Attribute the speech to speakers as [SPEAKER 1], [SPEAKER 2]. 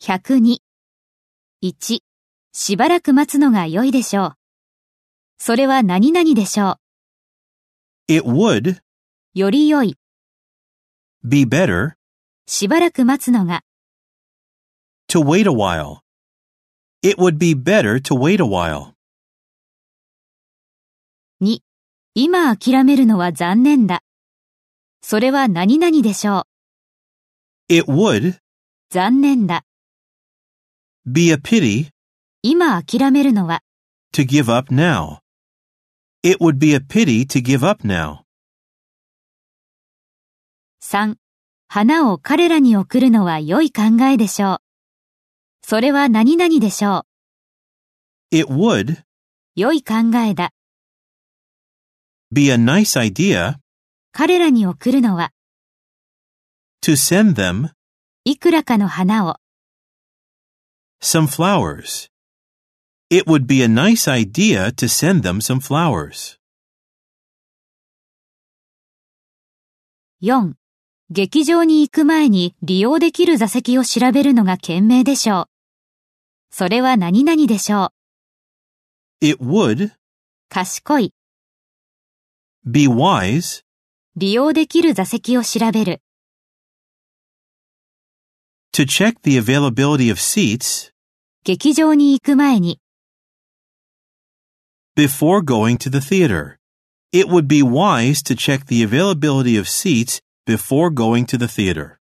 [SPEAKER 1] 102。1、しばらく待つのが良いでしょう。それは何々でしょ
[SPEAKER 2] It would
[SPEAKER 1] う。より良い、
[SPEAKER 2] be better
[SPEAKER 1] しばらく待つのが、
[SPEAKER 2] to wait a while. It would be better to wait a while.
[SPEAKER 1] 2、今諦めるのは残念だ。それは何々でしょう。
[SPEAKER 2] It would
[SPEAKER 1] 残念だ。
[SPEAKER 2] be a pity
[SPEAKER 1] 今諦めるのは、
[SPEAKER 2] to give up now. It would be a pity to give up now.
[SPEAKER 1] 3、花を彼らに送るのは良い考えでしょう。それは何々でしょう。
[SPEAKER 2] It would
[SPEAKER 1] 良い考えだ。
[SPEAKER 2] be a nice idea
[SPEAKER 1] 彼らに送るのは、
[SPEAKER 2] to send them
[SPEAKER 1] いくらかの花を、
[SPEAKER 2] some flowers. It would be a nice idea to send them some flowers.
[SPEAKER 1] 4、劇場に行く前に利用できる座席を調べるのが賢明でしょう。それは何々でしょう。
[SPEAKER 2] It would
[SPEAKER 1] 賢い、
[SPEAKER 2] be wise
[SPEAKER 1] 利用できる座席を調べる、
[SPEAKER 2] to check the availability of seats
[SPEAKER 1] 劇場に行く前に、
[SPEAKER 2] before going to the theater. It would be wise to check the availability of seats before going to the theater.